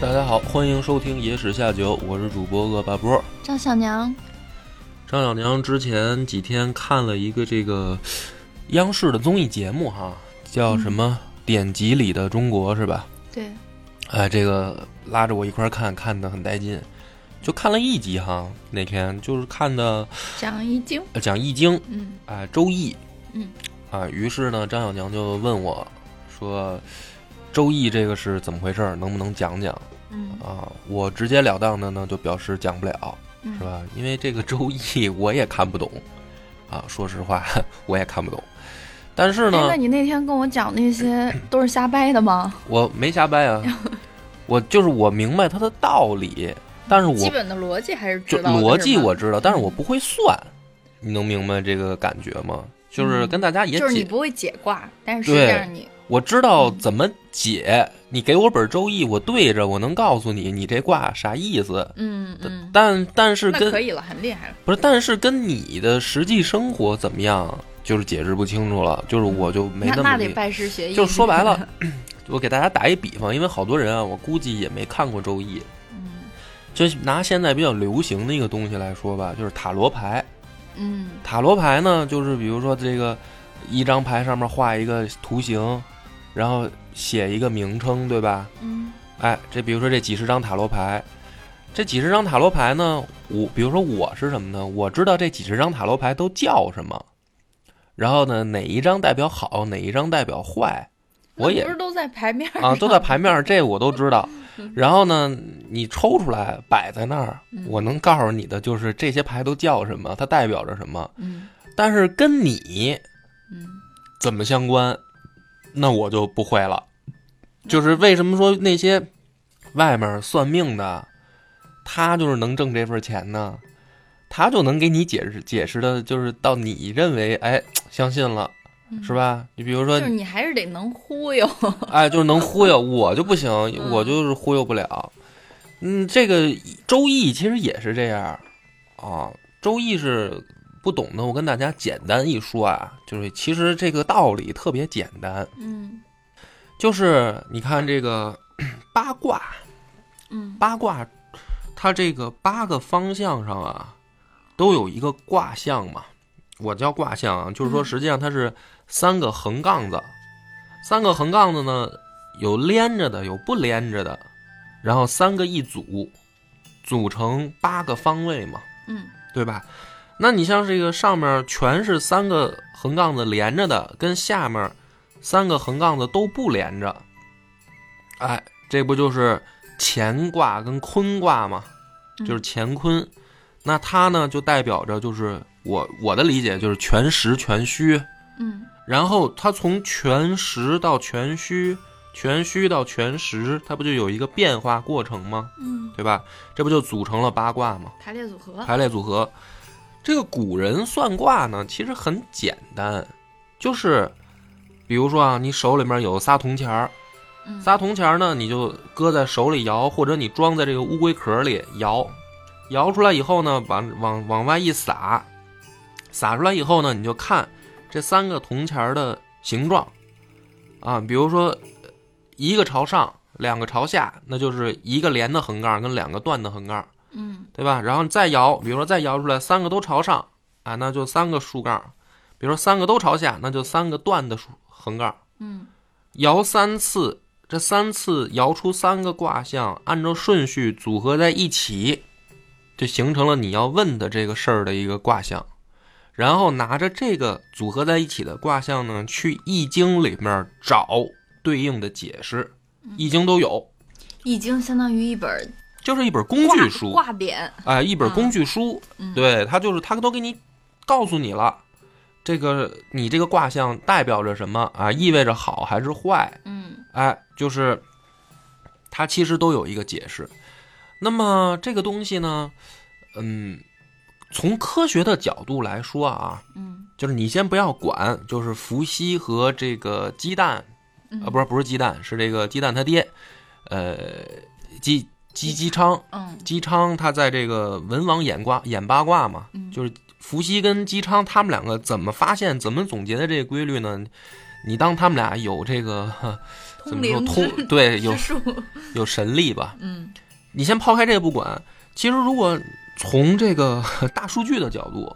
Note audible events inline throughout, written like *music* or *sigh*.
大家好，欢迎收听《野史下酒》，我是主播恶霸波。张小娘，张小娘之前几天看了一个这个央视的综艺节目哈，叫什么《典籍里的中国》是吧？对，哎，这个拉着我一块儿看，看的很带劲，就看了一集哈。那天就是看的讲易经，呃讲《易经》嗯啊、周易》嗯啊，于是呢，张小娘就问我说：“周易这个是怎么回事儿？能不能讲讲嗯啊？”我直截了当的呢就表示讲不了，嗯，是？吧？因为这个周易 *laughs* 我也看不懂啊，说实话我也看不懂。但是哎，那呢，你那天跟我讲那些 *coughs* 都是瞎掰的吗？我没瞎掰 *laughs* 啊，我就是我明白它的道理，但是我基本的逻辑还是就知道的逻辑是嗯吧我知道，但是我不会算，你能明白这个感觉吗？就是跟大家也嗯就是你嗯解，不会解卦，但是对实际上你我知道怎么解。你给我本周易，我对着，我能告诉你你这卦啥意思。嗯嗯，但但是那可跟以了，很厉害了。不是，但是跟你的实际生活怎么样，就是解释不清楚了。就是我就没那么那得明拜师学艺，就说白了，我给大家打一比方，因为好多人啊，我估计也没看过《周易》。 *laughs* 嗯就拿现在比较流行的一个东西来说吧，就是塔罗牌。嗯塔罗牌呢，就是比如说这个一张牌上面画一个图形，然后写一个名称，对吧？嗯哎，这比如说这几十张塔罗牌，这几十张塔罗牌呢，我比如说我是什么呢？我知道这几十张塔罗牌都叫什么，然后呢，哪一张代表好，哪一张代表坏，我那也不是嗯都在牌面上啊，都在牌面儿，这我都知道。 *laughs* 然后呢，你抽出来摆在那儿，嗯我能告诉你的就是这些牌都叫什么，它代表着什么，嗯但是跟你嗯，怎么相关，那我就不会了。嗯就是为什么说那些外面算命的，他就是能挣这份钱呢？他就能给你解释解释的，就是到你认为哎相信了，是吧？你比如说嗯就是你还是得能忽悠，哎，就是能忽悠，我就不行，嗯我就是忽悠不了。嗯，这个《周易》其实也是这样啊，《周易》是不懂的，我跟大家简单一说啊，就是其实这个道理特别简单，嗯就是你看这个八卦，嗯八卦它这个八个方向上啊，都有一个卦象嘛，我叫卦象啊，就是说嗯实际上它是三个横杠子，三个横杠子呢有连着的，有不连着的，然后三个一组，组成八个方位嘛，嗯对吧？那你像这个上面全是三个横杠子连着的，跟下面三个横杠子都不连着，哎，这不就是乾卦跟坤卦吗？嗯就是乾坤，那它呢就代表着就是我我的理解就是全实全虚，嗯然后它从全实到全虚，全虚到全实，它不就有一个变化过程吗？嗯，对吧？这不就组成了八卦吗？排列组合，排列组合。这个古人算卦呢，其实很简单，就是比如说啊，你手里面有仨铜钱儿，嗯仨铜钱儿呢，你就搁在手里摇，或者你装在这个乌龟壳里摇，摇出来以后呢，往往往外一撒，撒出来以后呢，你就看这三个铜钱儿的形状啊，比如说呃一个朝上，两个朝下，那就是一个连的横杠跟两个断的横杠。嗯对吧？然后再摇，比如说再摇出来三个都朝上啊，那就三个竖杠；比如说三个都朝下，那就三个断的竖横杠。嗯摇三次，这三次摇出三个卦象，按照顺序组合在一起，就形成了你要问的这个事儿的一个卦象。然后拿着这个组合在一起的卦象呢，去《易经》里面找对应的解释，《易经》都有，易经相当于一本就是一本工具书。挂挂点，哎，一本嗯工具书，嗯对，它就是它都给你告诉你了，这个你这个卦象代表着什么啊？意味着好还是坏？嗯哎，就是它其实都有一个解释。那么这个东西呢，嗯，从科学的角度来说啊，嗯就是你先不要管，就是伏羲和这个鸡蛋嗯啊，不是不是鸡蛋，是这个鸡蛋他爹，呃，姬姬姬昌。嗯姬昌他在这个文王演卦演八卦嘛，嗯就是伏羲跟姬昌他们两个怎么发现、怎么总结的这个规律呢？你当他们俩有这个呵怎么说灵之 *laughs* 通对有之术，有神力吧？嗯你先抛开这个不管，其实如果从这个大数据的角度，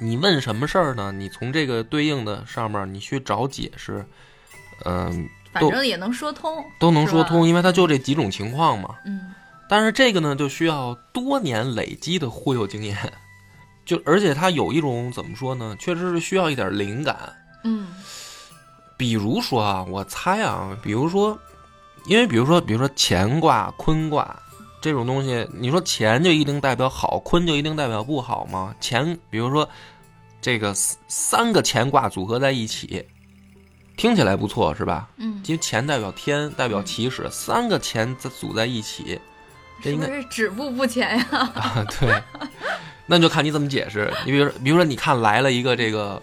你问什么事儿呢？你从这个对应的上面你去找解释，嗯、反都正也能说通，都能说是吧通，因为它就这几种情况嘛。嗯但是这个呢，就需要多年累积的忽悠经验， *laughs* 就而且它有一种怎么说呢，确实是需要一点灵感。嗯比如说啊，我猜啊，比如说，因为比如说，比如说乾卦、坤卦这种东西，你说乾就一定代表好，坤就一定代表不好吗？乾，比如说这个三三个乾卦组合在一起，听起来不错是吧？嗯，因为乾代表天，代表起始，三个乾组在一起，这是应不该是止步不前呀？啊，对，那就看你怎么解释。你比如说，比如说，你看来了一个这个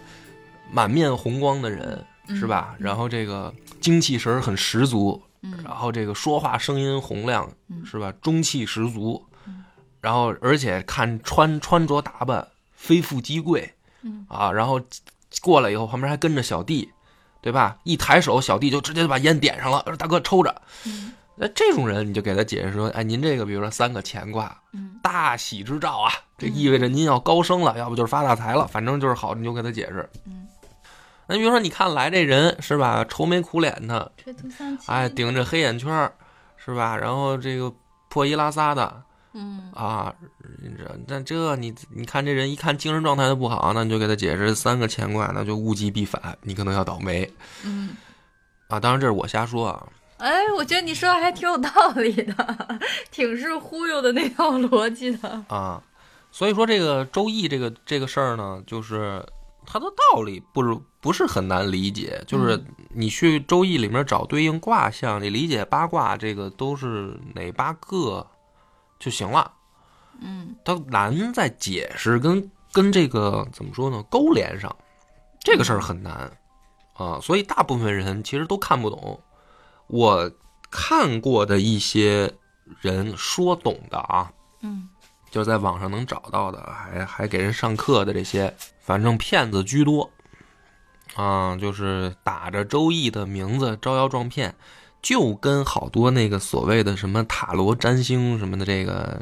满面红光的人，是吧？然后这个精气神儿很十足，嗯然后这个说话声音洪亮，嗯是吧？中气十足，然后而且看穿穿着打扮非富即贵嗯，啊，然后过来以后旁边还跟着小弟，对吧？一抬手，小弟就直接就把烟点上了，说大哥抽着。嗯那这种人，你就给他解释说，哎，您这个比如说三个乾卦，嗯大喜之兆啊！这意味着您要高升了，要不就是发大财了，反正就是好，你就给他解释。嗯，那比如说，你看来这人是吧，愁眉苦脸的，吹头丧气，哎，顶着黑眼圈儿，是吧？然后这个破衣拉撒的嗯啊，你这那这你你看这人一看精神状态都不好，那你就给他解释三个乾卦，那就物极必反，你可能要倒霉嗯。啊。当然这是我瞎说啊，哎，我觉得你说的还挺有道理的，挺是忽悠的那套逻辑的。啊，所以说这个《周易》这个这个事儿呢，就是它的道理不是不是很难理解，就是你去《周易》里面找对应卦象，你理解八卦这个都是哪八个就行了。嗯它难在解释跟跟这个怎么说呢勾连上，这个事儿很难啊，所以大部分人其实都看不懂。我看过的一些人说懂的啊，嗯就是在网上能找到的，还还给人上课的这些，反正骗子居多，啊，就是打着《周易》的名字招摇撞骗，就跟好多那个所谓的什么塔罗占星什么的这个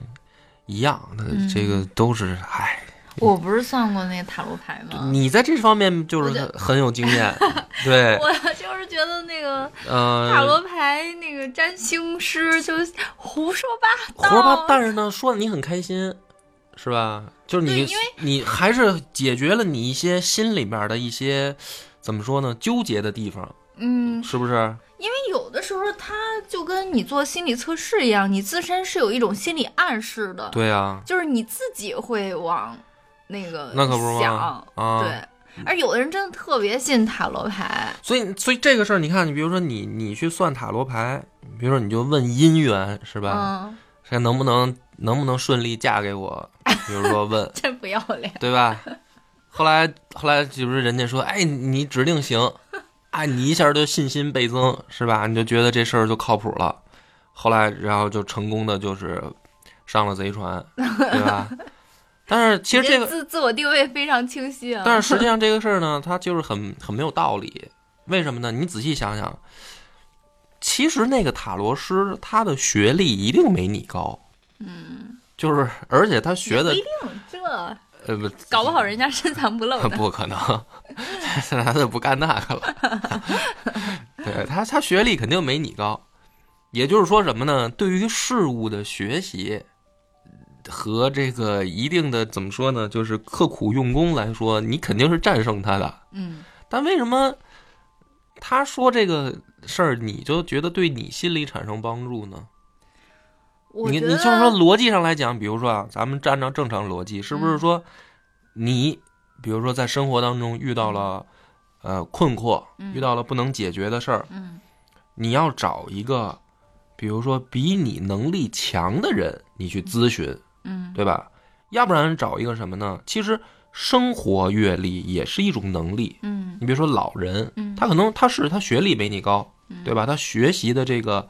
一样，那嗯这个都是，唉，我不是算过那塔罗牌吗？你在这方面就是我觉很很有经验，对， *laughs* 我就是觉得那个塔呃，罗牌那个占星师就胡说八胡说八，但是呢，说的你很开心。是吧？就是对你因为，你还是解决了你一些心里面的一些怎么说呢，纠结的地方，嗯，是不是？因为有的时候它就跟你做心理测试一样，你自身是有一种心理暗示的，对啊，就是你自己会往那个那可不是呃想吗，？啊，对。而有的人真的特别信塔罗牌，所以所以这个事儿，你看，你比如说你你去算塔罗牌，比如说你就问姻缘是吧？嗯，，看、能不能能不能顺利嫁给我？比如说问真不要脸。对吧？后来后来是不是人家说，哎，你指定行，哎，你一下就信心倍增是吧？你就觉得这事儿就靠谱了。后来然后就成功的就是上了贼船，对吧？但是其实这个自自我定位非常清晰啊。但是实际上这个事儿呢，它就是很很没有道理。为什么呢？你仔细想想，其实那个塔罗师他的学历一定没你高，嗯，就是而且他学的也不一定这呃不搞不好人家深藏不露的。 *laughs* 不可能，现在他就不干那个了。对他，他学历肯定没你高。也就是说什么呢？对于事物的学习和这个一定的怎么说呢？就是刻苦用功来说，你肯定是战胜他的。嗯但为什么他说这个事儿，你就觉得对你心理产生帮助呢？我你觉你得就是说逻辑上来讲，比如说啊，咱们按照正常逻辑，是不是嗯说你，比如说在生活当中遇到了呃困惑，嗯遇到了不能解决的事儿，嗯你要找一个，比如说比你能力强的人，你去咨询，嗯对吧？要不然找一个什么呢？其实生活阅历也是一种能力，嗯你别说老人，嗯他可能他是他学历没你高，嗯对吧？他学习的这个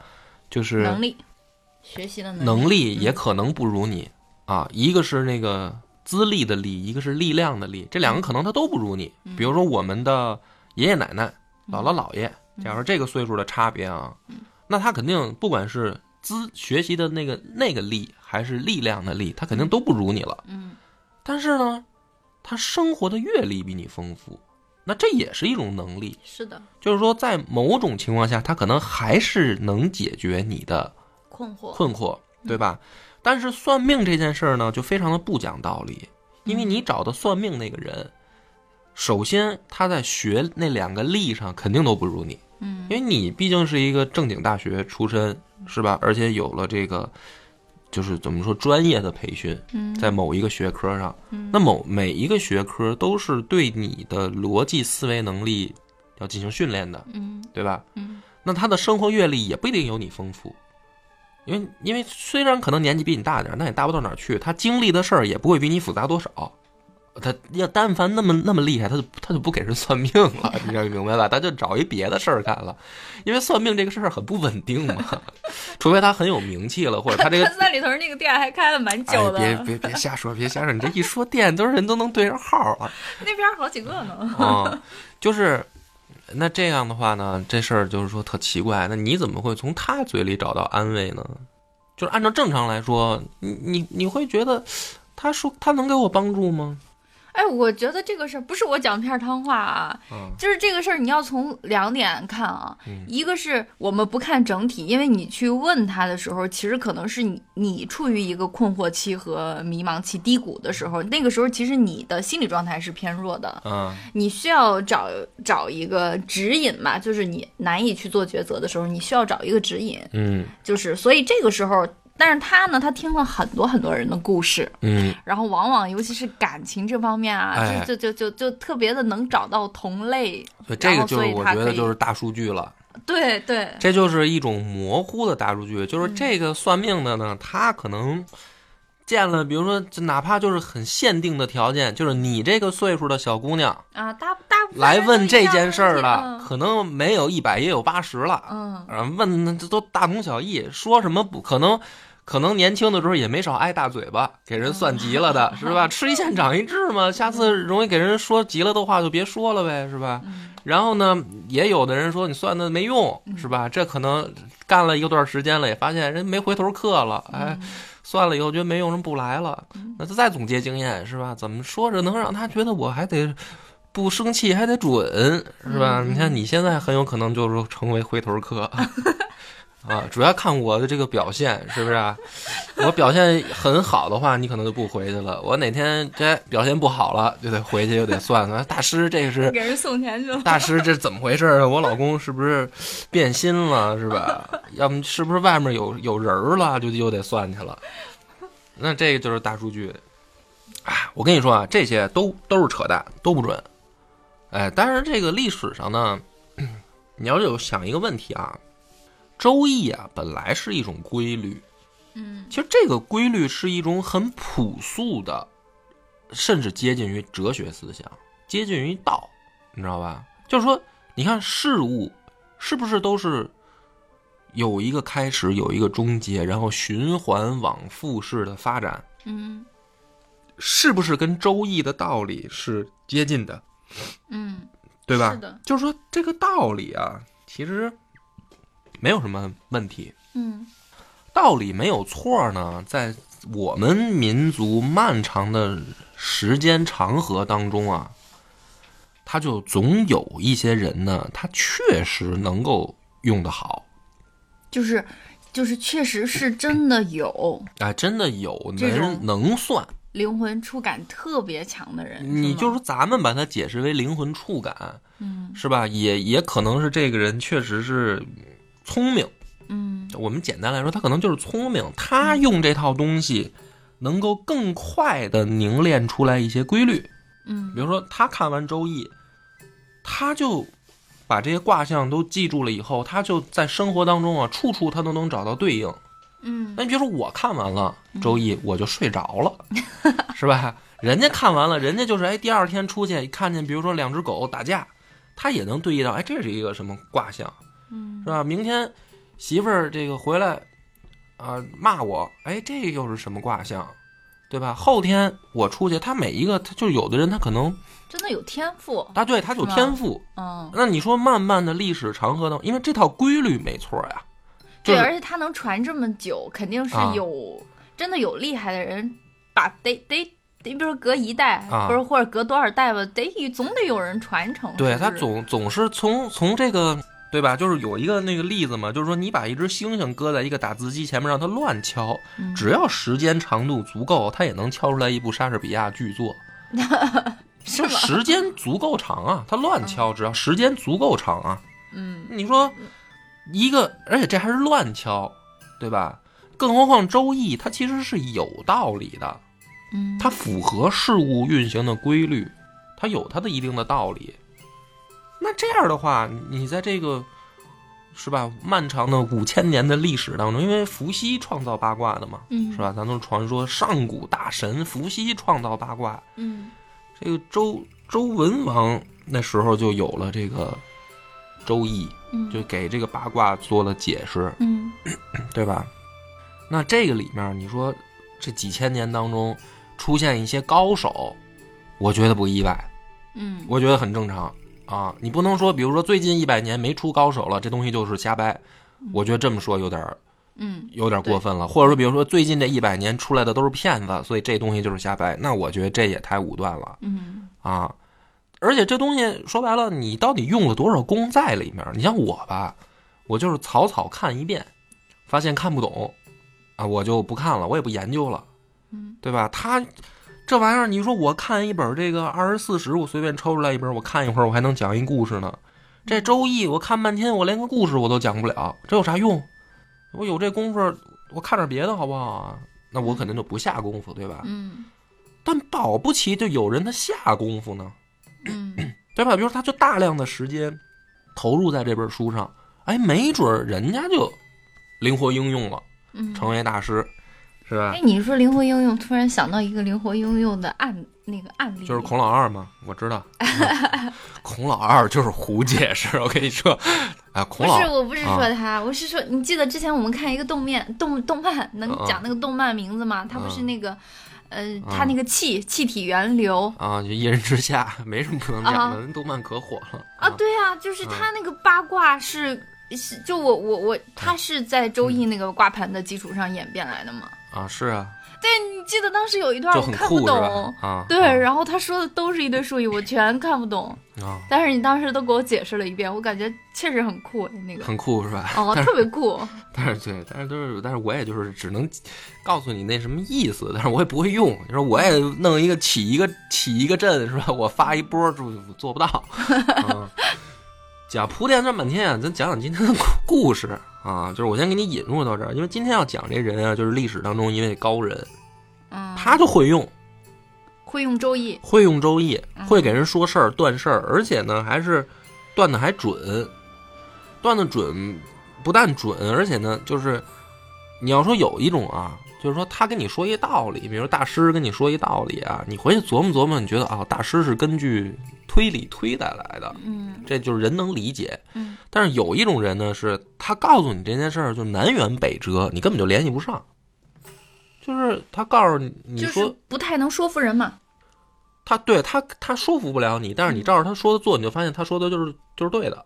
就是能力，学习的力。能力也可能不如你啊。一个是那个资历的力，一个是力量的力，这两个可能他都不如你。比如说我们的爷爷奶奶，姥姥姥爷，假如说这个岁数的差别啊，那他肯定不管是资学习的那个那个力，还是力量的力，他肯定都不如你了。嗯，但是呢，他生活的阅历比你丰富，那这也是一种能力。是的，就是说，在某种情况下，他可能还是能解决你的困惑，嗯困惑，对吧？但是算命这件事儿呢，就非常的不讲道理，因嗯为你找的算命那个人，首先他在学那两个力上肯定都不如你，嗯因为你毕竟是一个正经大学出身，是吧？而且有了这个，就是怎么说专业的培训，嗯在某一个学科上，嗯那某每一个学科都是对你的逻辑思维能力要进行训练的，嗯对吧？嗯那他的生活阅历也不一定有你丰富，因为因为虽然可能年纪比你大点儿，那也大不到哪儿去，他经历的事儿也不会比你复杂多少。他要但凡那么那么厉害，他就他就不给人算命 *laughs* 了，你知道明白吧？他就找一别的事儿干了，因为算命这个事儿很不稳定嘛， *laughs* 除非他很有名气了，或者他 *laughs* 这个他在里头那个店还开了蛮久的，哎、别别别瞎说，别瞎说，你这一说店都是人都能对上号了那边好几个呢。 *laughs* 啊、就是那这样的话呢，这事儿就是说特奇怪，那你怎么会从他嘴里找到安慰呢？就是按照正常来说，你你你会觉得他说他能给我帮助吗？ *laughs* 哎，我觉得这个事儿不是我讲片儿汤话啊，嗯就是这个事儿你要从两点看啊，嗯一个是我们不看整体，因为你去问他的时候，其实可能是你你处于一个困惑期和迷茫期、低谷的时候，那个时候其实你的心理状态是偏弱的，嗯你需要找找一个指引吧，就是你难以去做抉择的时候，你需要找一个指引，嗯就是所以这个时候。但是他呢，他听了很多很多人的故事，嗯，然后往往尤其是感情这方面啊，哎就就就就就特别的能找到同类。所以这个后就是所以我他觉得可以嗯就是大数据了。对对，这就是一种模糊的大数据，嗯就是这个算命的呢，他可能见了，比如说，这哪怕就是很限定的条件，就是你这个岁数的小姑娘啊，大大部 *laughs* 分来人都问一这样件事儿了，嗯可能没有一百也有八十了，嗯，啊，问的这都大同小异，说什么不可能。可能年轻的时候也没少挨大嘴巴，给人算急了的嗯是 *laughs* 吧？吃一堑长一智嘛，下次容易给人说急了的话就别说了呗，是吧？嗯然后呢，也有的人说你算的没用，是吧？这可能干了一个段时间了，也发现人没回头客了，哎，算了以后觉得没用，人不来了。那就再总结经验是吧？怎么说着能让他觉得我还得不生气，还得准是吧？你看你现在很有可能就是成为回头客。啊，主要看我的这个表现是不是啊、我表现很好的话，你可能就不回去了；我哪天这表现不好了，就得回去，就得算算。大师，这个是给人送钱 *laughs* 去了。大师，这怎么回事啊？我老公是不是变心了？是吧？要么是不是外面有有人儿了？就又得算去了。那这个就是大数据。哎，我跟你说啊，这些都都是扯淡，都不准。哎，但是这个历史上呢，你要有想一个问题啊，《周易》啊，本来是一种规律，嗯其实这个规律是一种很朴素的，甚至接近于哲学思想，接近于道，你知道吧？就是说，你看事物是不是都是有一个开始，有一个终结，然后循环往复式的发展，嗯是不是跟《周易》的道理是接近的，嗯，对吧？是的，就是说这个道理啊，其实没有什么问题。嗯道理没有错呢，在我们民族漫长的时间长河当中啊，他就总有一些人呢，他确实能够用得好，就是就是确实是真的有哎，真的有这种能能算。灵魂触感特别强的人，你哎吗就说咱们把它解释为灵魂触感，嗯是吧？也也可能是这个人确实是聪明，嗯我们简单来说，他可能就是聪明，他用这套东西能够更快的凝练出来一些规律。嗯比如说他看完《周易》，他就把这些卦象都记住了以后，他就在生活当中啊，处处他都能找到对应。嗯那你比如说我看完了《周易》，我就睡着了， *laughs* 是吧？人家看完了，人家就是哎，第二天出去看见，比如说两只狗打架，他也能对应到，哎，这是一个什么卦象，嗯是吧？明天媳妇儿这个回来啊、骂我，哎，这又是什么卦象？对吧？后天我出去，他每一个他就有的人他可能真的有天赋，他对他有是吗天赋，嗯，那你说漫漫的历史长河当中，因为这套规律没错呀，就对，是而且他能传这么久，肯定是啊有、真的有厉害的人把得得得，比如说隔一代，啊不是或者隔多少代吧，得总得有人传承。对是不他是总总是从从这个对吧？就是有一个那个例子嘛，就是说你把一只星星搁在一个打字机前面让它乱敲，嗯只要时间长度足够，它也能敲出来一部莎士比亚巨作。 *laughs* 是就吗时间足够长啊，它乱敲，只要时间足够长啊，嗯你说一个，而且这还是乱敲，对吧？更何况《周易》它其实是有道理的，嗯，它符合事物运行的规律，它有它的一定的道理。那这样的话，你在这个是吧漫长的五千年的历史当中，因为伏羲创造八卦的嘛，嗯，是吧？咱都传说上古大神伏羲创造八卦，嗯，这个周周文王那时候就有了这个《周易》，嗯，就给这个八卦做了解释，嗯对吧？那这个里面，你说这几千年当中出现一些高手，我觉得不意外，嗯，我觉得很正常啊。你不能说，比如说最近一百年没出高手了，这东西就是瞎掰。我觉得这么说有点儿嗯有点儿过分了，或者说，比如说最近这一百年出来的都是骗子，所以这东西就是瞎掰。那我觉得这也太武断了嗯啊！而且这东西说白了，你到底用了多少功在里面？你像我吧，我就是草草看一遍，发现看不懂，啊，我就不看了，我也不研究了，嗯，对吧？他这玩意儿，你说我看一本这个二十四史，我随便抽出来一本，我看一会儿，我还能讲一故事呢。这周易我看半天，我连个故事我都讲不了，这有啥用？我有这功夫，我看点别的好不好啊？那我肯定就不下功夫，对吧？嗯但保不齐就有人他下功夫呢，嗯对吧？比如说他就大量的时间投入在这本书上，哎，没准儿人家就灵活应用了，*coughs* 嗯，成为大师，是吧哎，？你说灵活应用，突然想到一个灵活应用的案那个案例，就是孔老二嘛，我知道， *laughs* 嗯孔老二就是胡解释，我跟你说，啊，不孔是，老啊我不是说他，我是说，你记得之前我们看一个动面动动漫，能嗯嗯讲那个动漫名字吗？它不是嗯那个，呃，它那个气气体源流啊，就一人之下，没什么不能讲的，啊那动漫可火了啊，对啊，就是嗯它那个八卦是是，就我我我，它是在周嗯易那个卦盘的基础上演变来的嘛？啊，是啊，你记得当时有一段就我很看不酷是吧懂。？ *laughs* 啊，对，啊然后他说的都是一堆术语，我全看不懂。啊，但是你当时都给我解释了一遍，我感觉确实很酷，哎那 *laughs* 个很酷是吧？哦，特别酷。 *laughs* 但是对，但是都是，但是我也就是只能告诉你那什么意思，但是我也不会用。你说我也弄一个起一个起一个阵是吧？我发一波就做不到。嗯、讲铺垫这么半天啊，咱讲讲今天的故故事啊，就是我先给你引入到这儿，因为今天要讲这人啊，就是历史当中一位高人，嗯，他就会用，会用周易，会用周易，嗯会给人说事儿、断事儿，而且呢还是断的还准，断的准，不但准，而且呢就是你要说有一种啊，就是说他跟你说一道理，比如大师跟你说一道理啊，你回去琢磨琢磨，你觉得啊，大师是根据推理推带来的，嗯这就是人能理解。嗯但是有一种人呢，是他告诉你这件事儿就南辕北辙，你根本就联系不上。就是他告诉你，你就说、是不太能说服人嘛。他对他他说服不了你，但是你照着他说的做，你就发现他说的就是就是对的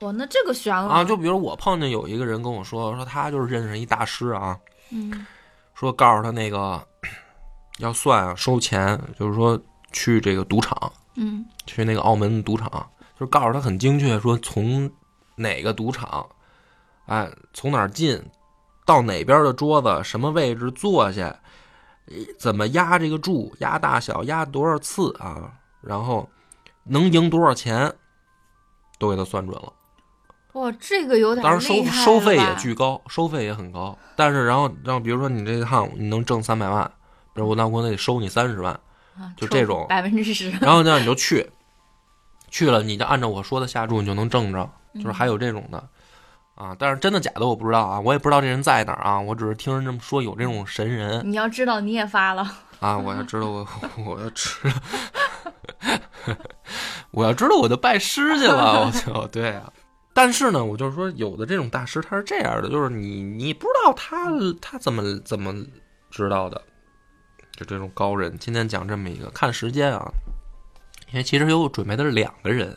哇，哦那这个悬了啊。就比如我碰见有一个人跟我说，说他就是认识一大师啊，嗯说告诉他那个 *clears throat* 要算啊收钱，就是说去这个赌场，嗯去那个澳门赌场，就是告诉他很精确说从哪个赌场，哎，从哪儿进，到哪边的桌子，什么位置坐下，呃怎么压这个注，压大小，压多少次啊，然后能赢多少钱，都给他算准了。哇，哦这个有点当然收厉害了收费也吧巨高，收费也很高。但是然后然后比如说你这趟你能挣三百万，比如我那我得收你三十万，啊就抽这种百分之十，然后呢，你就去，去了你就按照我说的下注，你就能挣着， *laughs* 嗯就是还有这种的，啊，但是真的假的我不知道啊，我也不知道这人在哪儿啊，我只是听人这么说有这种神人你要知道你也发了，啊，我要知道我 *laughs* 我要吃，我要知道我就拜师去了，我就对啊。但是呢，我就是说，有的这种大师他是这样的，就是你你不知道他他怎么怎么知道的，就这种高人。今天讲这么一个，看时间啊，因为其实有准备的是两个人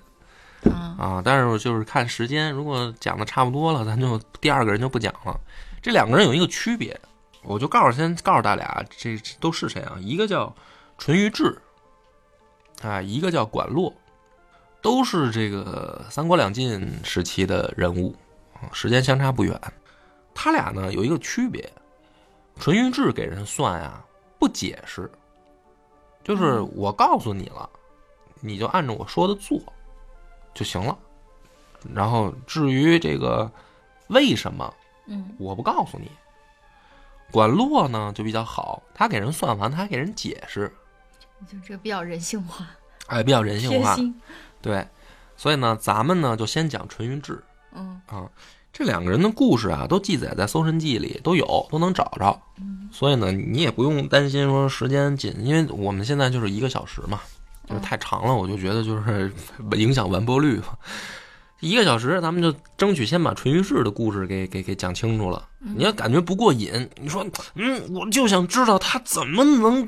嗯啊，但是我就是看时间，如果讲的差不多了，咱就第二个人就不讲了。这两个人有一个区别，我就告诉先告诉大俩，这这都是谁啊？一个叫淳于志，啊，一个叫管洛，都是这个三国两晋时期的人物，啊时间相差不远。他俩呢有一个区别，淳于志给人算啊不解释，就是我告诉你了，你就按照我说的做就行了。然后至于这个为什么嗯我不告诉你。管洛呢就比较好，他给人算完，他还给人解释，就这个比较人性化，哎，比较人性贴化。心。对，所以呢，咱们呢就先讲淳于志嗯啊，这两个人的故事啊，都记载在《搜神记》里，都有，都能找着。所以呢，你也不用担心说时间紧，因为我们现在就是一个小时嘛，就是太长了，我就觉得就是影响完播率嘛。一个小时，咱们就争取先把淳于氏的故事给给给讲清楚了。你要感觉不过瘾，你说，嗯，我就想知道他怎么能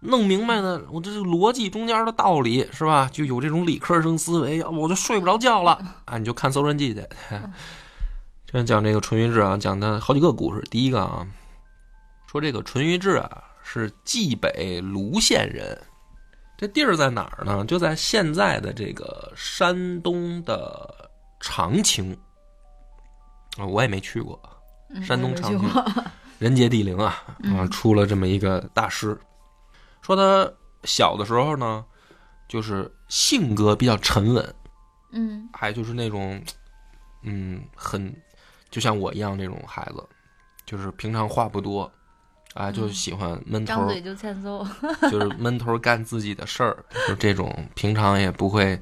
弄明白呢？我这是逻辑中间的道理是吧？就有这种理科生思维，要不我就睡不着觉了啊！你就看《搜神记》去。这讲这个淳于志啊，讲他好几个故事。第一个啊，说这个淳于志啊是冀北泸县人，这地儿在哪儿呢？就在现在的这个山东的长清啊，我也没去过，嗯山东我也没长去清过人杰地灵啊啊，出了这么一个大师。说他小的时候呢，就是性格比较沉稳，嗯还就是那种，嗯，很就像我一样这种孩子，就是平常话不多，啊，就喜欢闷头嗯张儿，嘴就欠揍。就是闷头儿干自己的事儿， *laughs* 就这种平常也不会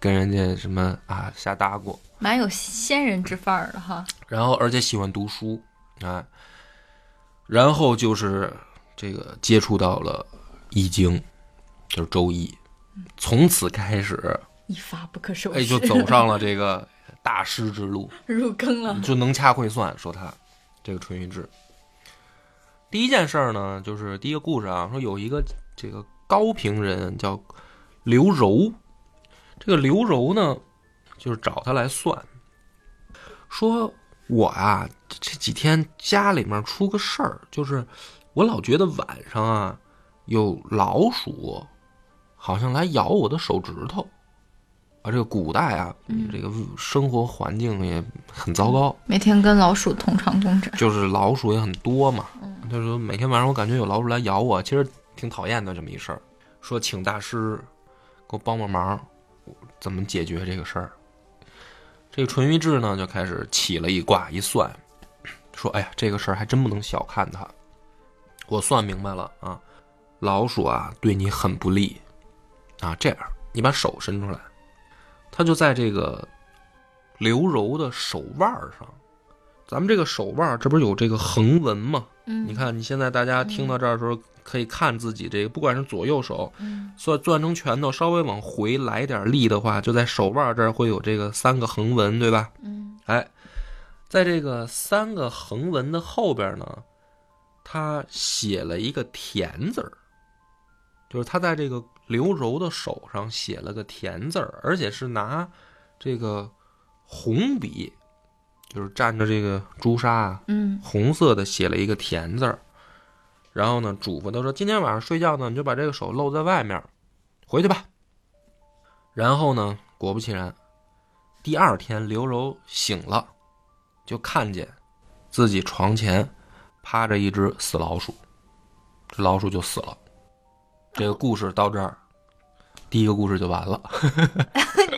跟人家什么啊瞎搭咕，蛮有仙人之范儿的哈。然后而且喜欢读书，啊，然后就是这个接触到了《易经》，就是《周易》，从此开始，一发不可收拾，哎，就走上嗯了这个大师之路。 *laughs* 入坑了。就能掐会算，说他这个淳于志。第一件事儿呢，就是第一个故事啊，说有一个这个高平人叫刘柔，这个刘柔呢，就是找他来算，说我啊这这几天家里面出个事儿，就是我老觉得晚上啊有老鼠，好像来咬我的手指头。啊，这个古代啊，这个生活环境也很糟糕，每天跟老鼠同床共枕，就是老鼠也很多嘛。他说每天晚上我感觉有老鼠来咬我，其实挺讨厌的这么一事儿。说请大师给我帮帮忙，怎么解决这个事儿？这个淳于志呢就开始起了一卦一算，说：“哎呀，这个事儿还真不能小看它。我算明白了啊，老鼠啊对你很不利啊。这样，你把手伸出来，他就在这个刘柔的手腕儿上。咱们这个手腕儿这不是有这个横纹吗？嗯你看你现在大家听到这儿的时候，可以看自己这个，不管是左右手，嗯攥攥成拳头，稍微往回来点力的话，就在手腕儿这儿会有这个三个横纹，对吧？嗯哎，在这个三个横纹的后边呢，他写了一个“田”字儿，就是他在这个刘柔的手上写了个“田”字儿，而且是拿这个红笔，就是蘸着这个朱砂啊，嗯 *laughs* 红色的写了一个“田”字儿，然后呢，嘱咐他说：“今天晚上睡觉呢，你就把这个手露在外面，回去吧。”然后呢，果不其然，第二天刘柔醒了，就看见自己床前趴着一只死老鼠，这老鼠就死了。这个故事到这儿，第一个故事就完了。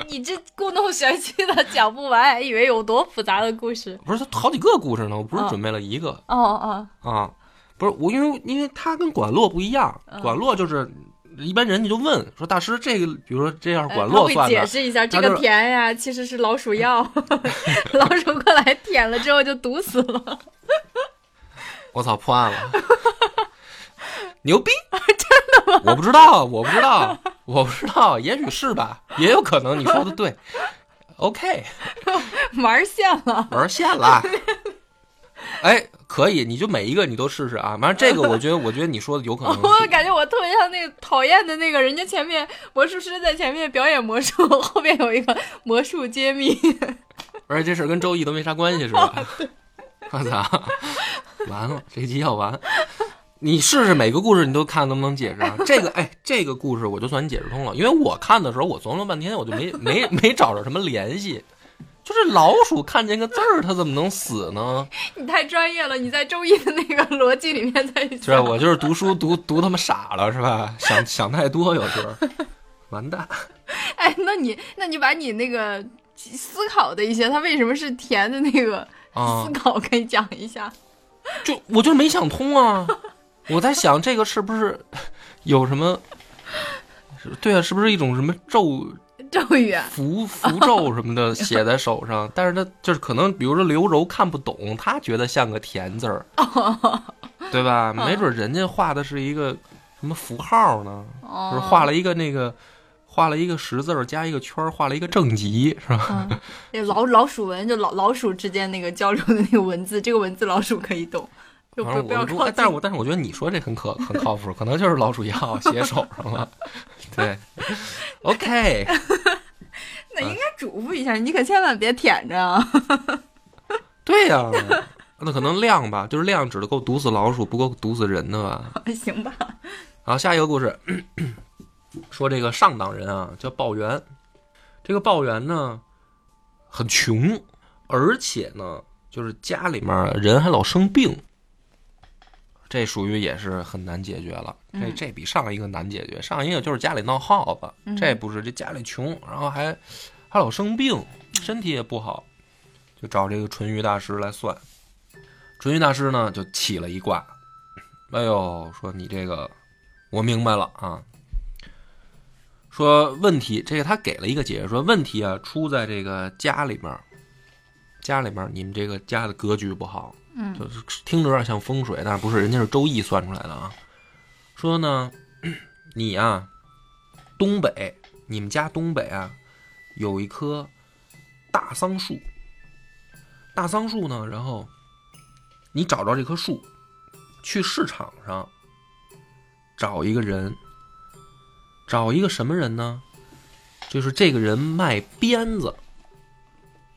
你这故弄玄虚的讲不完，还以为有多复杂的故事。不是，它好几个故事呢，我不是哦准备了一个。哦哦，啊，不是我，因为因为他跟管络不一样，嗯管络就是一般人你就问说大师这个，比如说这哦样呃管哎他络会算的，解释一下，他这就个甜呀，其实是老 *laughs* 鼠药，老鼠过来舔了之后就毒死 *laughs* 了。我操破 *laughs* 案了，牛逼，真的吗？我不知道，我不知道，我不知道，也许是吧，也有可能你说的对。OK，玩儿线了， *laughs* 玩儿线了。啊哎，可以，你就每一个你都试试啊。反正这个，我觉得，我觉得你说的有可 *laughs* 能我哦是。感觉我特别像那个讨厌的那个，人家前面魔术师在前面表演魔术， *laughs* 后面有一个魔术揭秘。 *laughs* 而且这事儿跟周易都没啥关系，是吧？ *laughs* 我操，完了，这集要完。你试试每个故事，你都看能不能解释啊？这个，哎，这个故事我就算你解释通了，因为我看的时候，我琢磨半天，我就没没没找着什么联系。就是老鼠看见个字儿，它怎么能死呢？你太专业了，你在周易的那个逻辑里面在是吧？我就是读书读读他妈傻了，是吧？想想太多，有时候完蛋。哎，那你那你把你那个思考的一些，它为什么是甜的那个啊思考，可以讲一下？就我就没想通啊！我在想这个是不是有什么？是对啊，是不是一种什么咒咒语啊符符咒什么的写在手上？但是他就是可能，比如说刘柔看不懂，他觉得像个田字儿，对吧？没准人家画的是一个什么符号呢？哦就是画了一个那个画了一个十字儿加一个圈儿，画了一个正极，是吧？嗯 *laughs* 那老老鼠文就老老鼠之间那个交流的那个文字，这个文字老鼠可以懂，就反不正不要我靠如近。果哎但是我但是我觉得你说这很可很靠谱，可能就是老 *laughs* 鼠药写手上了。对，OK， *laughs* 那应该嘱咐一下，你可千万别舔着啊！ *laughs* 对呀、那可能量吧，就是量只够毒死老鼠，不够毒死人的吧。行吧，然后下一个故事， *clears throat* 说这个上党人啊，叫鲍元。这个鲍元呢，很穷，而且呢，就是家里面人还老生病，这属于也是很难解决了。这嗯这比上一个难解决，上一个就是家里闹耗子，这不是这家里穷，然后还还老生病，身体也不好，就找这个淳于大师来算。淳于大师呢就起了一卦，哎呦，说你这个我明白了啊。说问题，这个他给了一个解释，说问题啊出在这个家里面儿，家里面儿你们这个家的格局不好，嗯就是听着有点像风水，但是不是，人家是周易算出来的啊。说呢， *clears throat* 你啊，东北，你们家东北啊，有一棵大桑树，大桑树呢，然后你找着这棵树，去市场上找一个人，找一个什么人呢？就是这个人卖鞭子，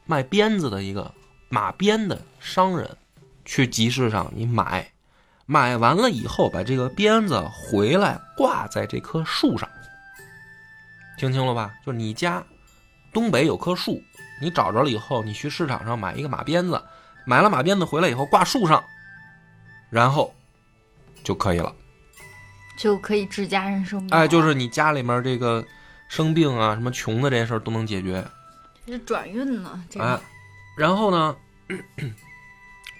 卖鞭子的一个马鞭的商人，去集市上你买，买完了以后把这个鞭子回来挂在这棵树上，听清了吧？就是你家东北有棵树，你找着了以后，你去市场上买一个马鞭子，买了马鞭子回来以后挂树上，然后就可以了。就可以治家人生病。哎，就是你家里面这个生病啊、什么穷的这些事儿都能解决。这转运呢，这哎个，然后呢，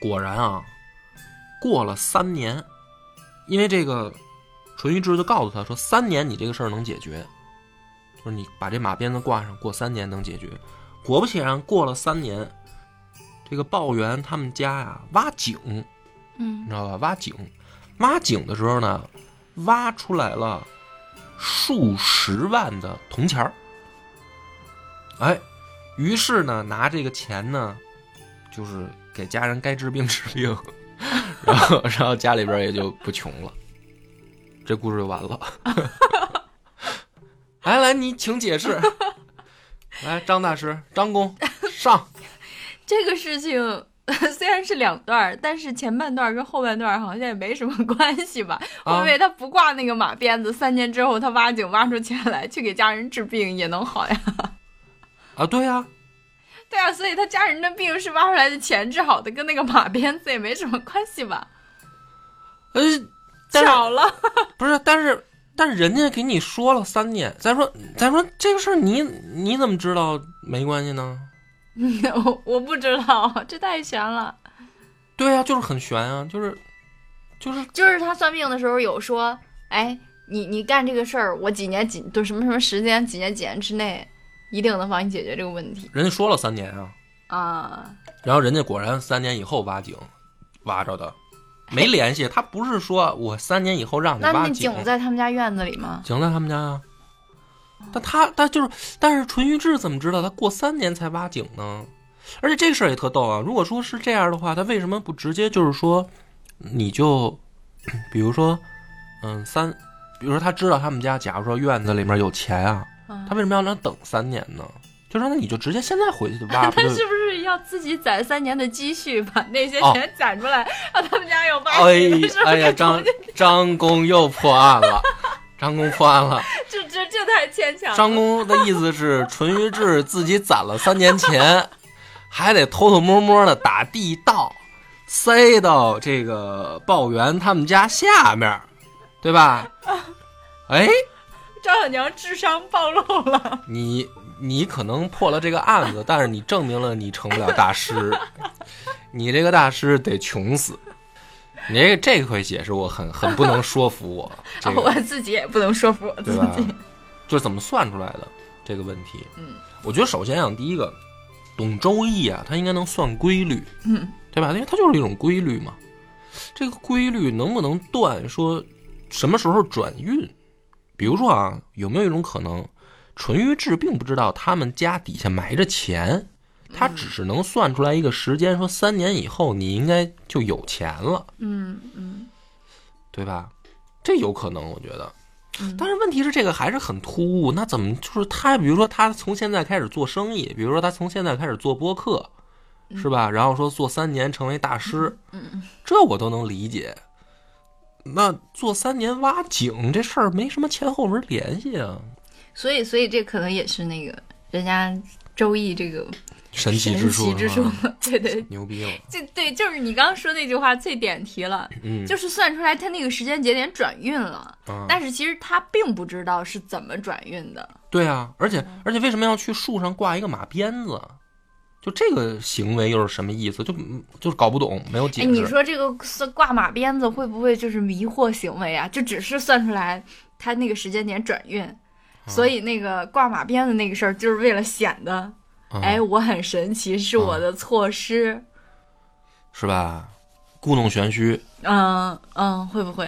果然啊，过了三年，因为这个淳于志就告诉他说，三年你这个事儿能解决，就是你把这马鞭子挂上，过三年能解决。果不其然，过了三年，这个鲍元他们家呀、挖井，你嗯知道吧？挖井，挖井的时候呢，挖出来了数十万的铜钱儿。哎，于是呢，拿这个钱呢，就是给家人该治病治病， *laughs* 然后然后家里边也就不穷了，这故事就完了。 *laughs* 来来，你请解释。 *laughs* 来，张大师，张工上。这个事情 *laughs* 虽然是两段儿，但是前半段儿跟后半段儿好像也没什么关系吧？啊因为他不挂那个马鞭子，三年之后他挖井挖出钱来，去给家人治病也能好呀。啊，对呀、对啊，所以他家人的病是挖出来的钱治好的，跟那个马鞭子也没什么关系吧？呃，但是巧了， *laughs* 不是，但是但是人家给你说了三年，再说再说这个事儿你你怎么知道没关系呢？我我不知道，这太悬了。对呀、就是很悬啊，就是就是就是他算命的时候有说，哎，你你干这个事儿，我几年几就什么什么时间几年几年之内，一定能帮你解决这个问题人家说了三年啊，啊。然后人家果然三年以后挖井挖着的，没联系，他不是说我三年以后让你那挖那井井，在他们家院子里吗？井在他们家啊。但他他就是，但是淳于志怎么知道他过三年才挖井呢？而且这事儿也特逗啊！如果说是这样的话，他为什么不直接就是说，你就，比如说，嗯，三，比如说他知道他们家，假如说院子里面有钱啊，他为什么要让他等三年呢？就说那你就直接现在回去就 *laughs* 挖，不 *laughs* 他就是不是要自己攒三年的积蓄，把那些哦钱攒出来，让他们家有八哎 *laughs* 十的时候哎呀，给重张新，张公又破案了，张公破案了。这这这太牵啊强了。张公的意思是，淳于志自己攒了三年钱，还得偷偷摸摸的打地道，塞到这个鲍源他们家下面儿，对吧？哎，张小娘智商暴露了，你你可能破了这个案子，但是你证明了你成不了大师，你这个大师得穷死。你这个这回解释我很很不能说服我，这 *laughs* 个、我自己也不能说服我自对吧己。？就是怎么算出来的这个问题。嗯，我觉得首先啊，第一个懂周易啊，他应该能算规律，嗯，对吧？因为它就是一种规律嘛。这个规律能不能断说什么时候转运？比如说啊，有没有一种可能，淳于志并不知道他们家底下埋着钱，他只是能算出来一个时间，说三年以后你应该就有钱了。嗯嗯。对吧？这有可能，我觉得。嗯但是问题是，这个还是很突兀。那怎么就是他？比如说，他从现在开始做生意，比如说他从现在开始做播客，是吧？然后说做三年成为大师，嗯，这我都能理解。那做三年挖井这事儿没什么前后文联系啊，所以所以这可能也是那个人家周易这个神奇神之处奇之是处吧，对对，牛逼了。这对，就是你刚刚说那句话最点题了，嗯，就是算出来他那个时间节点转运了，啊但是其实他并不知道是怎么转运的。 *laughs* 对啊，而且嗯而且为什么要去树上挂一个马鞭子？就这个行为又是什么意思？就嗯就是搞不懂，没有解哎，释。你说这个算挂马鞭子会不会就是迷惑行为啊？就只是算出来他那个时间点转啊运，所以那个挂马鞭子那个事儿，就是为了显得嗯哎，我很神奇，是啊我的措施。是吧？故弄玄虚嗯嗯，会不会？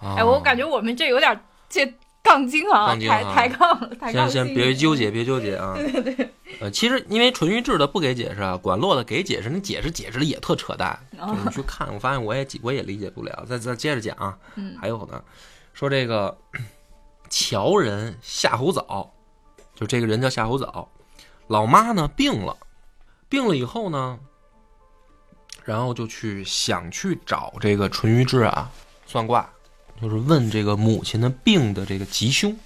啊！哎，我感觉我们这有点这杠精啊，杠精抬啊抬杠，抬杠先性。先别纠结，别纠结啊！对对对，呃，其实因为淳于志的不给解释啊，管洛的给解释，你解释解释的也特扯淡。就是你去看，我发现我也我也理解不了。再再接着讲啊，还有呢，说这个乔人夏侯藻，就这个人叫夏侯藻，老妈呢病了，病了以后呢，然后就去想去找这个淳于志啊算卦，就是问这个母亲的病的这个吉凶。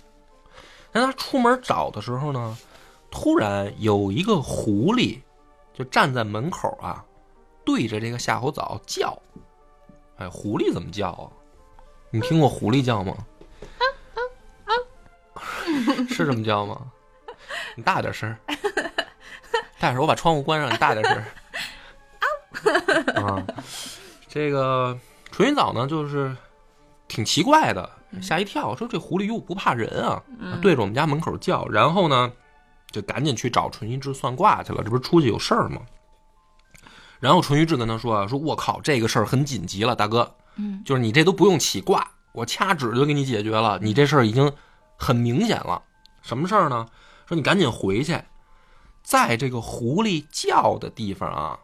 但他出门找的时候呢，突然有一个狐狸就站在门口啊，对着这个夏侯藻叫。哎，狐狸怎么叫啊？你听过狐狸叫吗？是这么叫吗？你大点声儿，大点声儿，我把窗户关上，你大点声儿。啊，这个淳于藻呢，就是挺奇怪的，吓一跳，说这狐狸又不怕人啊，嗯对着我们家门口叫。然后呢，就赶紧去找淳于志算卦去了，这不是出去有事儿吗？然后淳于志跟他说啊，说我靠，这个事儿很紧急了，大哥，嗯，就是你这都不用起卦，我掐指就给你解决了，你这事儿已经很明显了。什么事儿呢？说你赶紧回去，在这个狐狸叫的地方啊，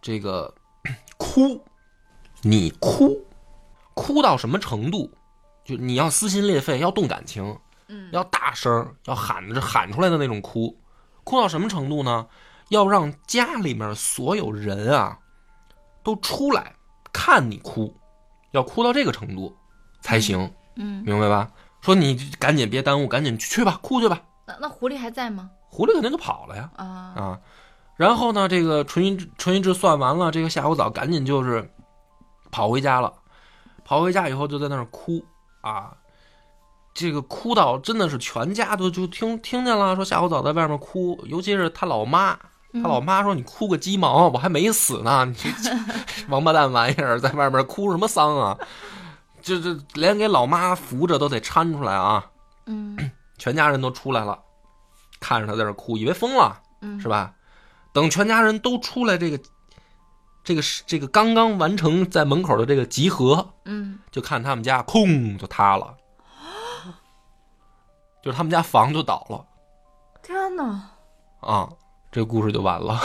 这个 *clears throat* 哭，你哭，哭到什么程度？就你要撕心裂肺，要动感情，嗯，要大声儿，要喊着喊出来的那种哭，哭到什么程度呢？要让家里面所有人啊，都出来看你哭，要哭到这个程度才行，嗯，明白吧？说你赶紧别耽误，赶紧去吧，哭去吧。那那狐狸还在吗？狐狸肯定就跑了呀啊，啊！然后呢，这个淳于淳于志算完了，这个夏侯藻赶紧就是跑回家了，跑回家以后就在那儿哭啊，这个哭到真的是全家都就听听见了，说夏侯藻在外面哭，尤其是他老妈，他嗯老妈说你哭个鸡毛，啊我还没死呢， *laughs* 你这王八蛋玩意儿在外面哭什么丧啊？这这连给老妈扶着都得搀出来啊！嗯全家人都出来了，看着他在这儿哭，以为疯了，嗯是吧？等全家人都出来，这个这个这个刚刚完成在门口的这个集合，嗯，就看他们家空就塌了，就是他们家房就倒了天哪，啊！这故事就完了。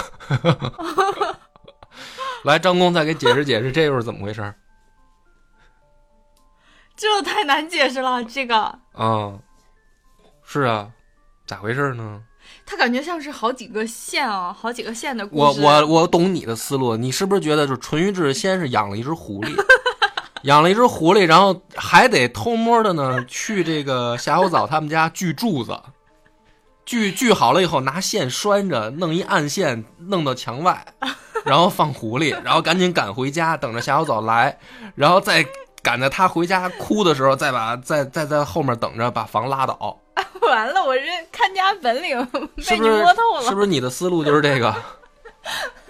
*laughs* 来，张工再给解释解释，这又是怎么回事儿这太难解释了。这个啊？是啊，咋回事呢？他感觉像是好几个县啊，好几个县的故我事。啊我我懂你的思路，你是不是觉得就是淳于志先是养了一只狐狸， *laughs* 养了一只狐狸，然后还得偷摸的呢去这个夏小枣他们家锯柱子，锯锯好了以后拿线拴着，弄一暗线弄到 *laughs* 墙外，然后放狐狸，然后赶紧赶回家，等着夏小枣来，然后再赶在他回家哭的时候，再把再再在后面等着把房拉倒，完了，我这看家本领 *laughs* 是被不你是摸透是了。不是你的思路就是这个？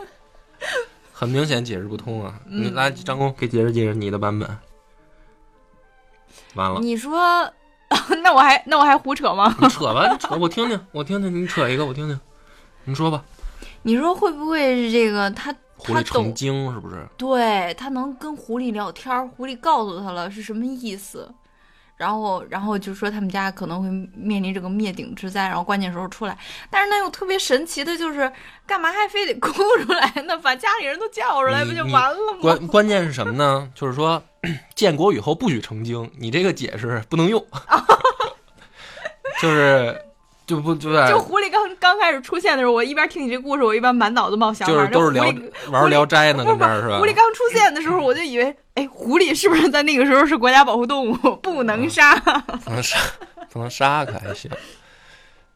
*laughs* 很明显解释不通啊！嗯你来，张工给解释解释你的版本。 *laughs* 完了，你说，那我还那我还胡扯吗？你扯吧，你扯，我听听，我听听，你扯一个，我听听。你说吧，你说会不会是这个他狐他狸成懂？精是不是？对他能跟狐狸聊天儿，狐狸告诉他了是什么意思，然后然后就说他们家可能会面临这个灭顶之灾，然后关键时候出来，但是那又特别神奇的就是，干嘛还非得哭出来呢？把家里人都叫出来你不就你完了吗？关关键是什么呢？就是说，建国以后不许成精，你这个解释不能用。 *laughs* 就是就不就在就狐狸刚刚开始出现的时候，我一边听你这故事，我一边满脑子冒想法。就是都是这聊狐狸玩聊斋呢，不是跟这儿是吧狐？狸刚出现的时候，我就以为，哎，狐狸是不是在那个时候是国家保护动物，不能 *laughs* 杀？不能杀，不能杀可还行。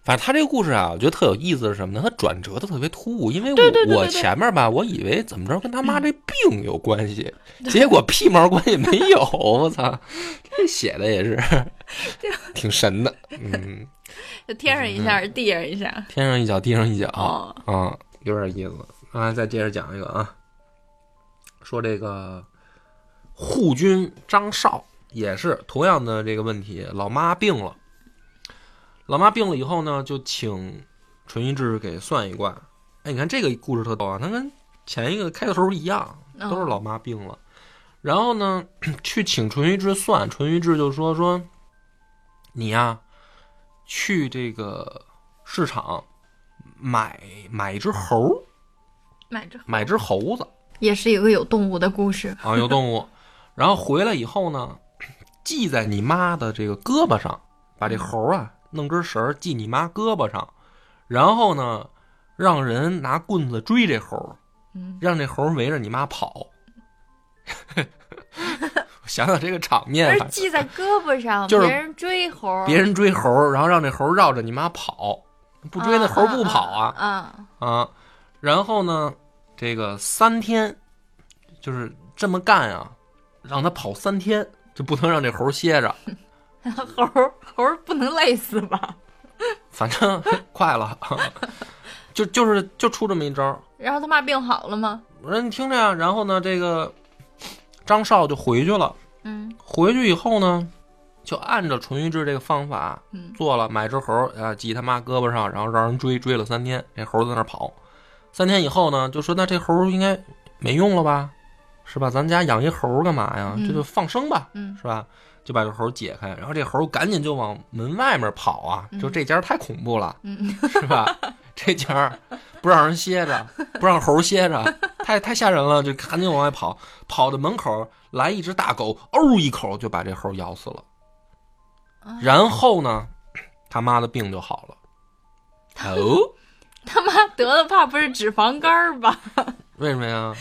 反正他这个故事啊，我觉得特有意思是什么呢？他转折的特别突兀，因为我对对我前面吧，我以为怎么着跟他妈这病有关系，结果屁毛关系没有，我操，这写的也是 *laughs* 挺神的，嗯，就天上一下，地上一下。天上一脚地上一脚，哦，啊，有点意思。啊，再接着讲一个啊，说这个护军张绍也是同样的这个问题，老妈病了，老妈病了以后呢，就请淳于志给算一卦。哎，你看这个故事特逗啊，它跟前一个开头一样，嗯都是老妈病了。然后呢， *clears throat* 去请淳于志算，淳于志就说说，你呀、去这个市场买买一只猴儿，买着买只猴子也是一个有动物的故事，啊，有动物。 *laughs* 然后回来以后呢，系在你妈的这个胳膊上，把这猴儿啊弄根绳儿系你妈胳膊上，然后呢，让人拿棍子追这猴儿，让这猴儿围着你妈跑。 *laughs* 想想这个场面，嗯而反正系在胳膊上，哎就是别人追猴儿，别人追猴儿，然后让这猴儿绕着你妈跑，不追那猴儿不跑啊。啊，啊，然后呢，这个三天就是这么干啊，让他跑三天，就不能让这猴儿歇着，猴儿猴儿不能累死吧？反正 *laughs* 快了，就就是就出这么一招儿。然后他妈病好了吗？我说你听着呀、然后呢，这个张绍就回去了。嗯，回去以后呢，就按照淳于志这个方法嗯做了，买只猴儿啊，系他妈胳膊上，然后让人追，追了三天，这猴儿在那儿跑。三天以后呢，就说那这猴儿应该没用了吧，是吧？咱家养一猴儿干嘛呀？嗯这就放生吧，嗯是吧？就把这猴儿解开，然后这猴儿赶紧就往门外面跑啊！就这家儿太恐怖了，嗯 *laughs* 是吧？ *laughs* 这家儿不让人歇着，不让猴儿歇着，太太吓人了，就赶紧往外跑。跑到门口来一只大狗，嗷一口就把这猴儿咬死了。然后呢，他妈的病就好了。哦，他妈得了，怕不是脂肪肝儿吧？为什么呀？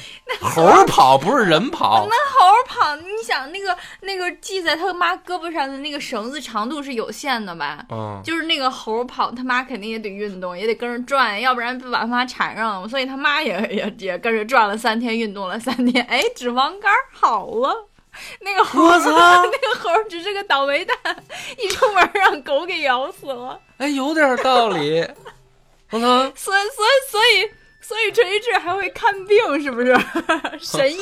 猴儿跑不是人跑，猴儿跑，你想那个那个系在他妈胳膊上的那个绳子长度是有限的吧？嗯，就是那个猴儿跑，他妈肯定也得运动，也得跟着转，要不然不把他妈缠上了。所以他妈也也也跟着转了三天，运动了三天，哎，脂肪肝儿好了。 *laughs* 那个猴儿，我操！那个猴儿只是个倒霉蛋，一出门让狗给咬死了。哎，有点道理。我操！所以，所以，所以，所以陈一志还会看病，是不是？神医。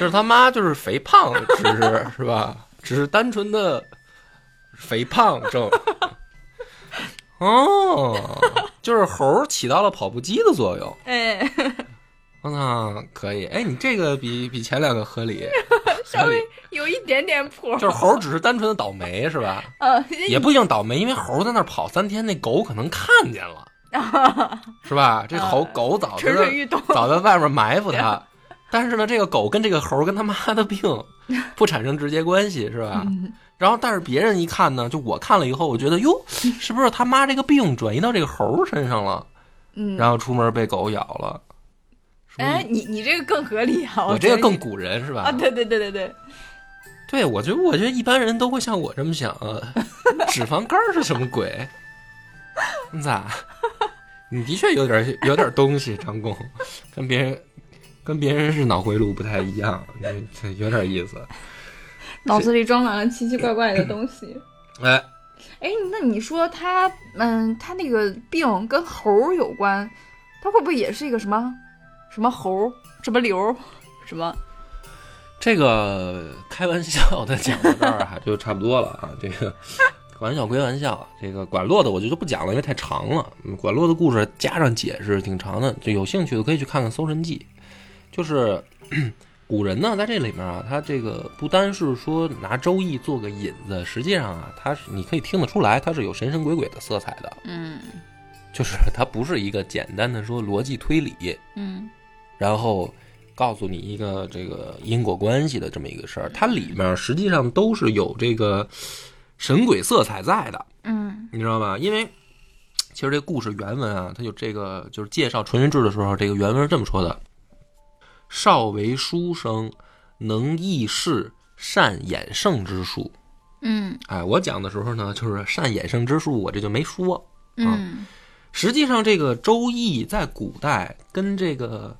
就是他妈就是肥胖，只是 *laughs* 是吧？只是单纯的肥胖症。 *laughs* 哦，就是猴儿起到了跑步机的作用。哎，我操，可以！哎，你这个比比前两个合理，合理。有一点点谱。 *laughs* 就是猴儿只是单纯的倒霉是吧？呃，也不一定倒霉，因为猴儿在那儿跑三天，那狗可能看见了，是吧？这啊猴狗早蠢知道蠢欲动。 *laughs* 早在外面埋伏它，但是呢，这个狗跟这个猴跟他妈的病不产生直接关系，是嗯吧？然后，但是别人一看呢，就我看了以后，我觉得哟，是不是他妈这个病转移到这个猴身上了？嗯，然后出门被狗咬了。是不是哎，，你你这个更合理啊！哦我觉得这个更你古人是吧？啊，对对对对对，对，我觉得我觉得一般人都会像我这么想啊，脂肪肝儿是什么鬼？你咋？你的确有点有点东西，张工，跟别人跟别人是脑回路不太一样，你这有点意思。脑子里装满了奇奇怪怪的东西。哎，哎，那你说他，嗯，他那个病跟猴儿有关，他会不会也是一个什么什么猴儿、什么瘤儿、什么？这个开玩笑的讲到这儿啊，就差不多了啊。这个玩笑归玩笑，啊这个管络的我就就不讲了，因为太长了。嗯管络的故事加上解释挺长的，就有兴趣的可以去看看《搜神记》。就是 *coughs* 咳古人呢，在这里面啊，他这个不单是说拿《周易》做个引子，实际上啊，它是你可以听得出来，它是有神神鬼鬼的色彩的。嗯就是它不是一个简单的说逻辑推理，嗯然后告诉你一个这个因果关系的这么一个事儿，它里面实际上都是有这个神鬼色彩在的，嗯你知道吧？因为其实这故事原文啊，它有这个就是介绍纯元志的时候，这个原文是这么说的：少为书生，能易事，善衍圣之术。嗯哎，我讲的时候呢，就是善衍圣之术，我这就没说，啊嗯实际上，这个《周易》在古代跟这个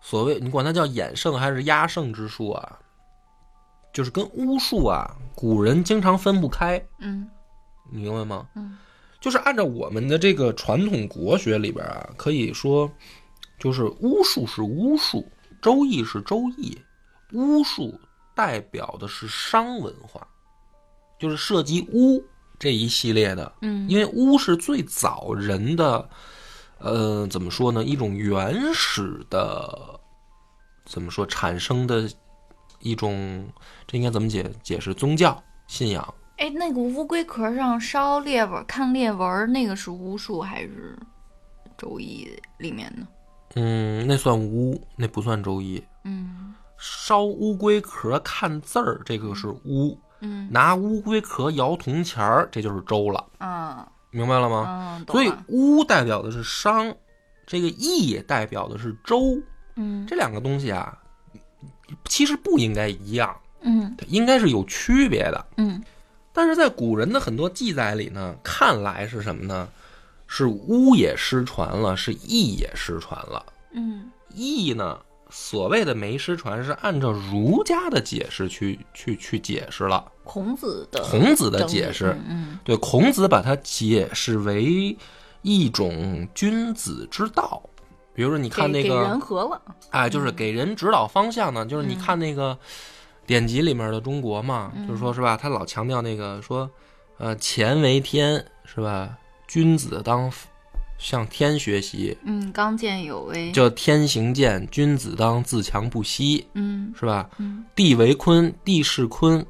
所谓你管它叫衍圣还是压圣之术啊，就是跟巫术啊，古人经常分不开，嗯你明白吗？嗯，就是按照我们的这个传统国学里边啊，可以说就是巫术是巫术，《周易》是《周易》，巫术代表的是商文化，就是涉及巫这一系列的。嗯因为巫是最早人的，呃，怎么说呢？一种原始的，怎么说产生的一种，这应该怎么解解释？宗教信仰哎，那个乌龟壳上烧裂纹、看裂纹，那个是巫术还是周易里面呢？嗯，那算巫，那不算周易。嗯烧乌龟壳看字儿，这个是巫；嗯拿乌龟壳摇铜钱儿，这就是周了，啊，明白了吗？嗯，啊懂所以了。巫代表的是商，这个易也代表的是周。嗯这两个东西啊，其实不应该一样，嗯它应该是有区别的。嗯但是在古人的很多记载里呢，看来是什么呢？是巫也失传了，是易也失传了。嗯易呢，所谓的没失传，是按照儒家的解释去去去解释了，孔子的孔子的解释。嗯对，孔子把它解释为一种君子之道。比如说，你看那个和了，哎，就是给人指导方向呢。就是你看那个典籍里面的中国嘛，就是说是吧，他老强调那个说，呃，乾为天是吧？君子当向天学习，嗯，刚健有为。叫天行健，君子当自强不息，嗯是吧？嗯地为坤，地势坤，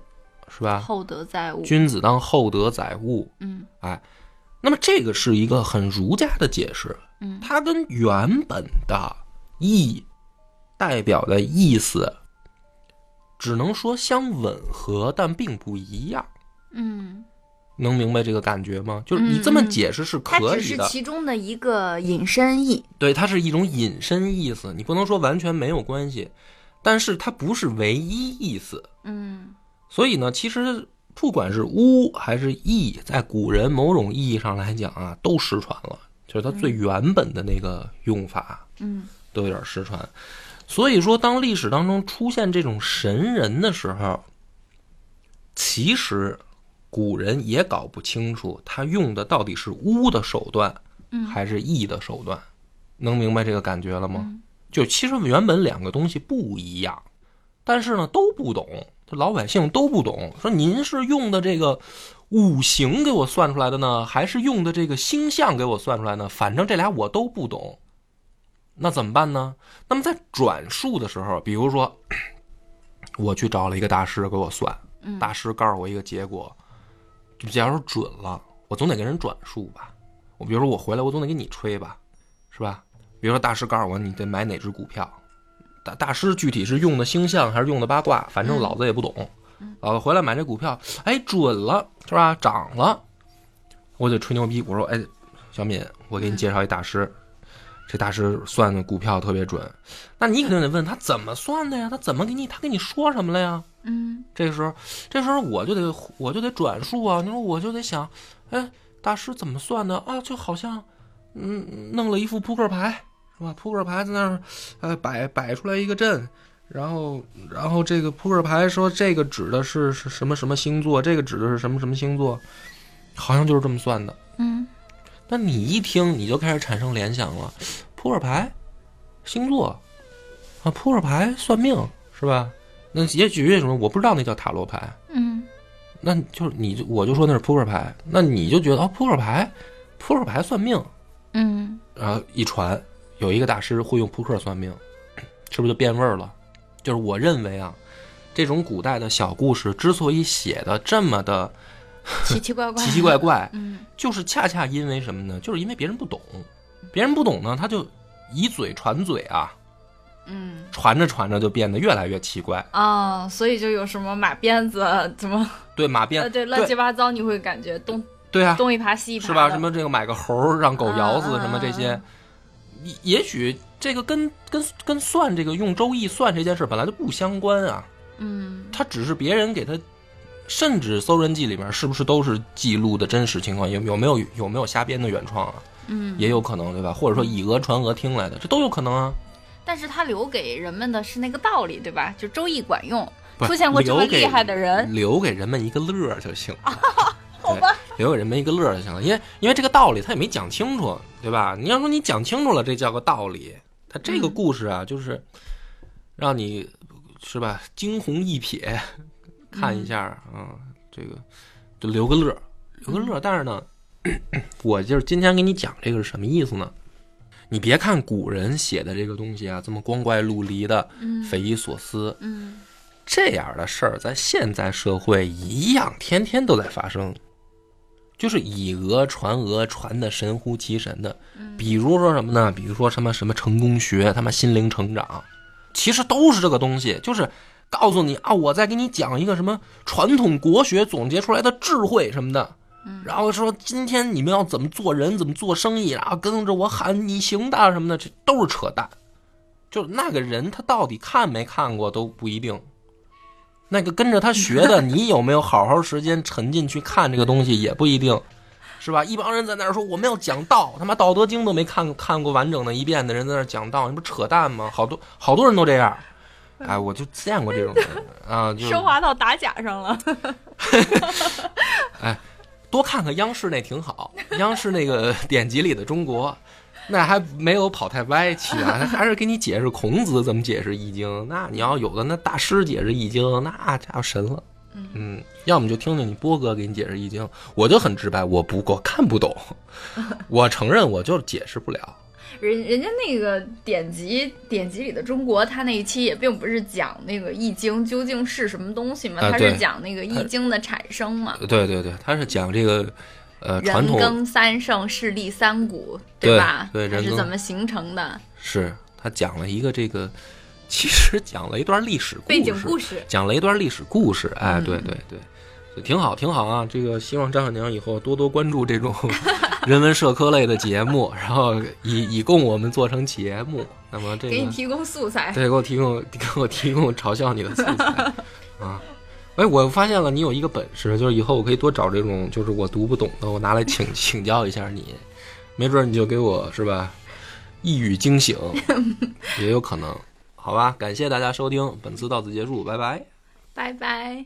是吧？厚德载物，啊君子当厚德载物。嗯那么这个是一个很儒家的解释，嗯它跟原本的意代表的意思，只能说相吻合，但并不一样。嗯能明白这个感觉吗？就是你这么解释是嗯它可只以是的，其中的一个引申义。对，它是一种引申意思，你不能说完全没有关系，但是它不是唯一意思。嗯所以呢，其实不管是巫还是易，在古人某种意义上来讲啊，都失传了，就是它最原本的那个用法嗯都有点失传。所以说，当历史当中出现这种神人的时候，其实古人也搞不清楚他用的到底是巫的手段，还是易的手段，能明白这个感觉了吗？就其实原本两个东西不一样，但是呢都不懂，这老百姓都不懂。说您是用的这个五行给我算出来的呢，还是用的这个星象给我算出来呢？反正这俩我都不懂，那怎么办呢？那么在转述的时候，比如说 *clears throat* 我去找了一个大师给我算，大师告诉我一个结果，假如准了，我总得给人转述吧。我比如说我回来，我总得给你吹吧，是吧？比如说大师告诉我你得买哪只股票，大大师具体是用的星象还是用的八卦，反正嗯老子也不懂。老子回来买这股票，哎，准了是吧？涨了，我得吹牛逼。我说，哎，小敏，我给你介绍一大师，这大师算的股票特别准。那你肯定得问他怎么算的呀？他怎么给你？他跟你说什么了呀？嗯这个时候，这时候我就得我就得转述啊，你说我就得想，哎，大师怎么算的啊？就好像，嗯，弄了一副扑克牌是吧？扑克牌在那儿，呃，摆摆出来一个阵，然后然后这个扑克牌说这个指的是是什么什么星座，这个指的是什么什么星座，好像就是这么算的。嗯，那你一听你就开始产生联想了，扑克牌，星座，啊，扑克牌算命是吧？那也许为什么我不知道那叫塔罗牌，嗯那就是你就我就说那是扑克牌，那你就觉得啊扑克牌，扑克牌算命，嗯然后一传有一个大师会用扑克算命，是不是就变味儿了？就是我认为啊，这种古代的小故事之所以写的这么的奇奇怪怪， *laughs* 奇奇怪怪，嗯就是恰恰因为什么呢？就是因为别人不懂，别人不懂呢，他就以嘴传嘴啊，嗯传着传着就变得越来越奇怪。啊、所以就有什么马鞭子怎么对马呃鞭，对乱七八糟，你会感觉东对啊，东一耙西一耙是吧？的什么这个买个猴儿让狗咬死啊什么这些啊，也也许这个跟跟跟算这个用周易算这件事本来就不相关啊，嗯它只是别人给他，甚至《搜神记》里面是不是都是记录的真实情况？有有没有有没有瞎编的原创啊？嗯，也有可能对吧？或者说以讹传讹听来的，这都有可能啊。但是他留给人们的是那个道理，对吧？就周易管用，不是出现过这么留给厉害的人啊留给人们一个乐儿就行 *laughs* 了。好吧，留给人们一个乐儿就行了，因为因为这个道理他也没讲清楚，对吧？你要说你讲清楚了，这叫个道理。他这个故事嗯啊，就是让你是吧惊鸿一瞥，嗯看一下啊、这个就留个乐儿，留个嗯乐儿。但是呢， *clears throat* 我就是今天给你讲这个是什么意思呢？你别看古人写的这个东西啊，这么光怪陆离的、嗯匪夷所思，嗯这样的事儿在现在社会一样，天天都在发生，就是以讹传讹，传的神乎其神的。比如说什么呢？比如说什么什么成功学，他妈心灵成长，其实都是这个东西，就是告诉你啊，我再给你讲一个什么传统国学总结出来的智慧什么的。然后说今天你们要怎么做人，怎么做生意，然后跟着我喊你行的什么的，这都是扯淡。就是那个人他到底看没看过都不一定，那个跟着他学的，你有没有好好时间沉浸去看这个东西也不一定，是吧？一帮人在那儿说我们要讲道，他妈《道德经》都没看看过完整的一遍的人在那儿讲道，你不扯淡吗？好多好多人都这样，哎，我就见过这种人啊，就升华到打假上了，多看看央视那挺好，央视那个 *laughs* 典籍里的中国，那还没有跑太歪去啊，还是给你解释孔子怎么解释《易经》。那你要有的那大师解释《易经》，那家伙神了。嗯，要么就听听你波哥给你解释《易经》，我就很直白，我不我看不懂，我承认我就是解释不了。人人家那个典籍典籍里的中国，他那一期也并不是讲那个易经究竟是什么东西嘛，啊他对是讲那个易经的产生嘛，对对对，他是讲这个呃传人统耕三盛，势立三谷，对吧？对它人是耕怎么形成的？是他讲了一个这个，其实讲了一段历史故事背景故事，讲了一段历史故事。嗯哎，对对对，就挺好，挺好啊！这个希望张小娘以后多多关注这种 *laughs* 人文社科类的节目， *laughs* 然后以以供我们做成节目。那么这个给你提供素材。对，给我提供给我提供嘲笑你的素 *laughs* 材啊！哎，我发现了你有一个本事，就是以后我可以多找这种就是我读不懂的，我拿来请 *laughs* 请教一下你，没准儿你就给我是吧一语 *laughs* 惊醒，也有可能，好吧？感谢大家收听，本次到此结束，拜拜。拜拜。